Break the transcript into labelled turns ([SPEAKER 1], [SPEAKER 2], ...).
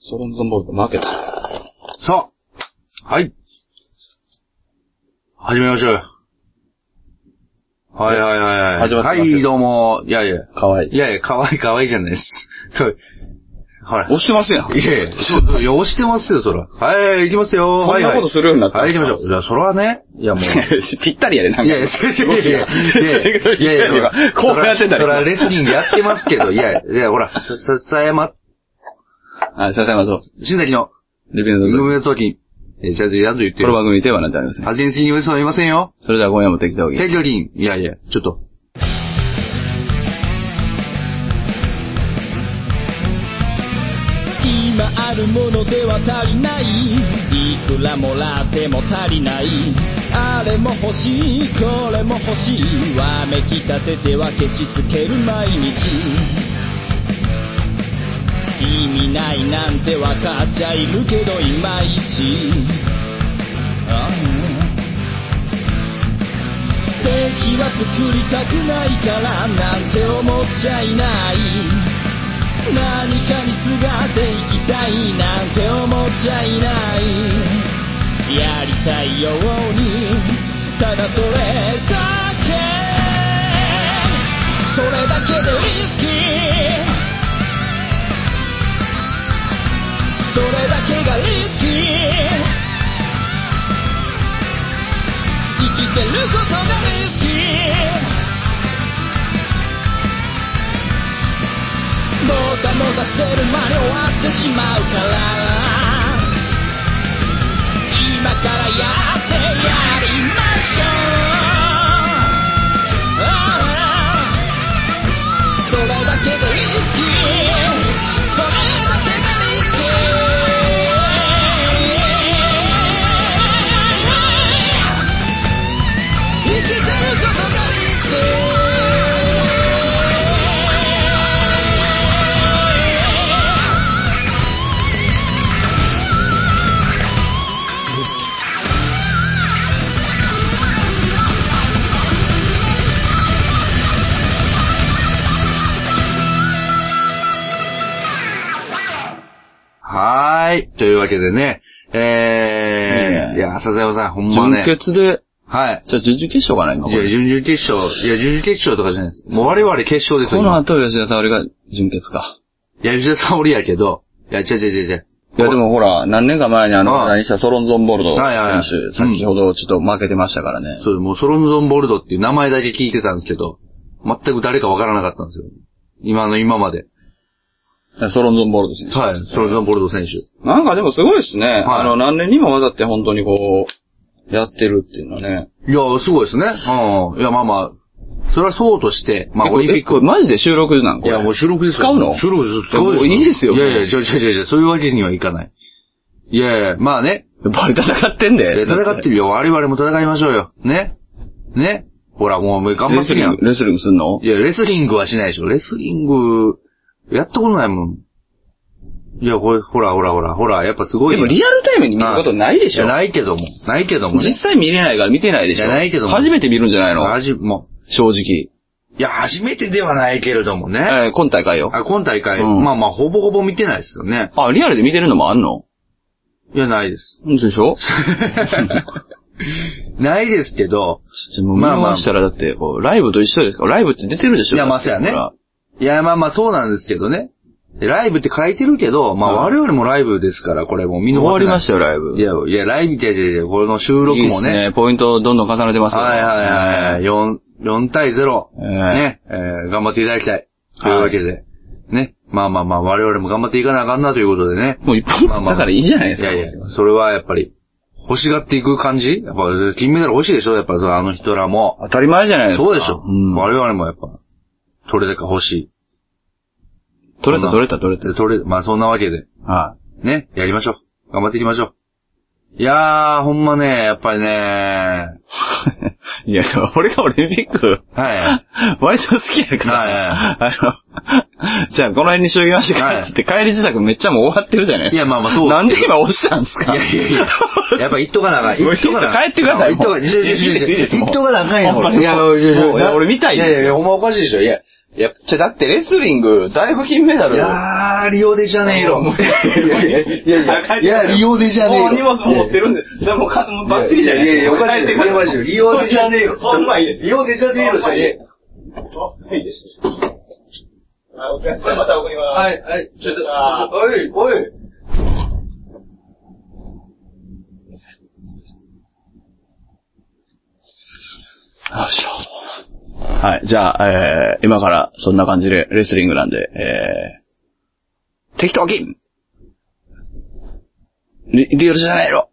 [SPEAKER 1] ソロンゾンボルが負けた。
[SPEAKER 2] さあ、はい。始めましょうよ。はいはいはいはい。
[SPEAKER 1] 始まってますよ
[SPEAKER 2] はい、どうも。いやいや。
[SPEAKER 1] かわい
[SPEAKER 2] い
[SPEAKER 1] い。
[SPEAKER 2] やいや、かわいいかわいいじゃないです。そうほら。
[SPEAKER 1] 押してますやん。
[SPEAKER 2] いやいや、そういや押してますよ、そら。はい、行きますよ。
[SPEAKER 1] こんなことするようになった
[SPEAKER 2] はい、行きましょう。いや、そらね。いや、もう。
[SPEAKER 1] ぴったりやで、なんか。
[SPEAKER 2] いやいや、いやいや、いやいや、いやいや、
[SPEAKER 1] こうやってんだ
[SPEAKER 2] そら、そらレ
[SPEAKER 1] ね。
[SPEAKER 2] スリングやってますけど、いや、いや、ほら、さ、さやま、
[SPEAKER 1] あ、笹山そう。
[SPEAKER 2] しんだきの、
[SPEAKER 1] リベン
[SPEAKER 2] グ
[SPEAKER 1] ドこ
[SPEAKER 2] ムの時に、えー、ちゃんとやんと言って
[SPEAKER 1] の
[SPEAKER 2] よ。
[SPEAKER 1] 番組テーマなんてありません。
[SPEAKER 2] 発言するにおいそういませんよ。
[SPEAKER 1] それでは今夜も適当に。
[SPEAKER 2] ヘジョリン。いやいや、ちょっと。
[SPEAKER 3] 今あるものでは足りないいくらもらっても足りないあれも欲しいこれも欲しいわめきたててはケチつける毎日意味ないなんてわかっちゃいるけどいまいちああ敵は作りたくないからなんて思っちゃいない何かにすがっていきたいなんて思っちゃいないやりたいようにただそれだけそれだけでリスキーそれだけがリスキー生きてることがリスキーもたもたしてる間に終わってしまうから今からやってやりましょうああそれだけがリスキーそれだけがリスキー生きてることがリスキー
[SPEAKER 2] はーい。というわけでね。
[SPEAKER 1] いい
[SPEAKER 2] えー、
[SPEAKER 1] ね
[SPEAKER 2] いや、笹山さん、ほんま
[SPEAKER 1] 準
[SPEAKER 2] ね。
[SPEAKER 1] 決で、
[SPEAKER 2] はい。
[SPEAKER 1] じゃあ準々決勝かな、今こ
[SPEAKER 2] いや、
[SPEAKER 1] れ。
[SPEAKER 2] 準々決勝。いや、準々決勝とかじゃないです。もう我々決勝ですよ。
[SPEAKER 1] この
[SPEAKER 2] 今
[SPEAKER 1] 後吉田沙織が準決か。
[SPEAKER 2] いや、吉田沙織やけど。いや、違う違う違う違う。
[SPEAKER 1] いや、でもほら、何年か前にあの、
[SPEAKER 2] はい
[SPEAKER 1] 何したソロンゾンボルド
[SPEAKER 2] はいはいは
[SPEAKER 1] 選
[SPEAKER 2] い
[SPEAKER 1] 手、先ほどちょっと負けてましたからね。
[SPEAKER 2] そう、もうソロンゾンボルドっていう名前だけ聞いてたんですけど、全く誰かわからなかったんですよ。今の今まで。
[SPEAKER 1] ソロンゾンボルド選手。
[SPEAKER 2] はい。ソロンゾンボルド選手。
[SPEAKER 1] なんかでもすごいですね。
[SPEAKER 2] い
[SPEAKER 1] あの、何年にもわざって本当にこう、やってるっていうのはね。
[SPEAKER 2] いや、すごいですね。うん。いや、まあまあ、それはそうとして、まあ、オリンピック
[SPEAKER 1] えこれマジで収録なんこ
[SPEAKER 2] い
[SPEAKER 1] れ。
[SPEAKER 2] や、もう収録ですよ
[SPEAKER 1] 使うの
[SPEAKER 2] 収録です。使う
[SPEAKER 1] いや
[SPEAKER 2] でしょ
[SPEAKER 1] もういいですよ
[SPEAKER 2] いやいや、ちょいちょいちょいちょい、そういうわけにはいかない。いやいや、まあね。
[SPEAKER 1] バリ戦ってん
[SPEAKER 2] い
[SPEAKER 1] で。
[SPEAKER 2] や戦ってるよ。我々も戦いましょうよ。ね。ね。ほら、もう頑張
[SPEAKER 1] レ
[SPEAKER 2] っ
[SPEAKER 1] ス
[SPEAKER 2] てる
[SPEAKER 1] リ
[SPEAKER 2] や
[SPEAKER 1] ン
[SPEAKER 2] ん
[SPEAKER 1] グ、。レスリングすんの
[SPEAKER 2] いや、レスリングはしないでしょ。レスリング、やったことないもん。いや、これ、ほらほらほら、ほら、やっぱすごい
[SPEAKER 1] で
[SPEAKER 2] よ。
[SPEAKER 1] もリアルタイムに見ることないでしょ
[SPEAKER 2] や、。ないけども。ないけども
[SPEAKER 1] 実
[SPEAKER 2] ね。
[SPEAKER 1] 際見れないから見てないでしょ。
[SPEAKER 2] いやないけども
[SPEAKER 1] 初めて見るんじゃないの
[SPEAKER 2] はじ、も
[SPEAKER 1] 正直。
[SPEAKER 2] う。いや、初めてではないけれどもね。
[SPEAKER 1] えー今大会よ。
[SPEAKER 2] あ今大会、
[SPEAKER 1] うん
[SPEAKER 2] まあまあ、ほぼほぼ見てないですよね。
[SPEAKER 1] あ、リアルで見てるのもあんの
[SPEAKER 2] いや、ないです。
[SPEAKER 1] うんでしょ
[SPEAKER 2] ないですけど、
[SPEAKER 1] ちょもう見回したらだって、こう、ライブと一緒ですから、ライブって出てるでしょ
[SPEAKER 2] いやまあ
[SPEAKER 1] だって
[SPEAKER 2] そうやねいや、まあまあそうなんですけどね。でライブって書いてるけど、まあ
[SPEAKER 1] はい
[SPEAKER 2] 我々もライブですから、これもう見
[SPEAKER 1] 終
[SPEAKER 2] 逃せない。
[SPEAKER 1] わりましたよ、ライブ。
[SPEAKER 2] いや、いや、ライブじゃじゃじゃこの収録
[SPEAKER 1] いいで
[SPEAKER 2] も
[SPEAKER 1] す
[SPEAKER 2] ね。
[SPEAKER 1] ね。ポイントどんどん重ねてますよ
[SPEAKER 2] はいはいはい。4、4対0。
[SPEAKER 1] ええ
[SPEAKER 2] ね、えー頑張っていただきたい。というわけで。ね。まあまあまあ、我々も頑張っていかなあかんなということでね。
[SPEAKER 1] もう一本
[SPEAKER 2] まあまあ
[SPEAKER 1] だからいいじゃないですか。
[SPEAKER 2] いやいや、それはやっぱり、欲しがっていく感じやっぱ、金メダル欲しいでしょやっぱ、そのあの人らも。
[SPEAKER 1] 当たり前じゃないですか。
[SPEAKER 2] そうでしょ。
[SPEAKER 1] うん。
[SPEAKER 2] 我々もやっぱ、取れ高欲し
[SPEAKER 1] 取れた取れた取れ
[SPEAKER 2] い。
[SPEAKER 1] た。
[SPEAKER 2] で取れ、まあそんなわけで、
[SPEAKER 1] は
[SPEAKER 2] ね、やりましょう。頑張っていきましょう。いやー、ほんまね、やっぱりね、
[SPEAKER 1] い。 いや、でも俺がオリンピック、
[SPEAKER 2] はい。
[SPEAKER 1] 割と好きやから、あの、じゃあ この辺にしときましょう
[SPEAKER 2] はい
[SPEAKER 1] かって、帰り自宅めっちゃもう終わってるじゃない
[SPEAKER 2] いや、まあまあそう。
[SPEAKER 1] なんで今押したんですか
[SPEAKER 2] いやい やいや。やっぱ言っとかなあかん。
[SPEAKER 1] もう
[SPEAKER 2] 言っとかなあかん
[SPEAKER 1] 帰ってください
[SPEAKER 2] 言っとか、
[SPEAKER 1] もう
[SPEAKER 2] いやいやいや
[SPEAKER 1] いいですいいですもう
[SPEAKER 2] 言っとかなあかんや
[SPEAKER 1] ほんま
[SPEAKER 2] ろ。
[SPEAKER 1] に
[SPEAKER 2] いやいやいや
[SPEAKER 1] もういや俺見たい
[SPEAKER 2] いやいや、ほんまおかしいでしょ。いや、
[SPEAKER 1] いや、じゃ、だってレスリング、だいぶ金メダル。
[SPEAKER 2] いやー、リオデジャネイロ。
[SPEAKER 1] いやいやい
[SPEAKER 2] いやいや、いや、リオデジャネイロ。
[SPEAKER 1] もう荷物持ってるんで、でも、か、もうバッチリじゃない
[SPEAKER 2] いやいや、おかしい。
[SPEAKER 1] 帰ってくる
[SPEAKER 2] いやマジでリオデジャネイロ。
[SPEAKER 1] そんなんいいです。
[SPEAKER 2] リオデジャネイロじゃねえ。
[SPEAKER 1] そんなんいいです。はい、お疲れ様また送ります。
[SPEAKER 2] はい、はい、ちょっと、
[SPEAKER 1] あー
[SPEAKER 2] おい、おい。
[SPEAKER 1] よいしょ。はい。じゃあ、えー、今からそんな感じでレスリングなんで、えー、適当金リリオルじゃないの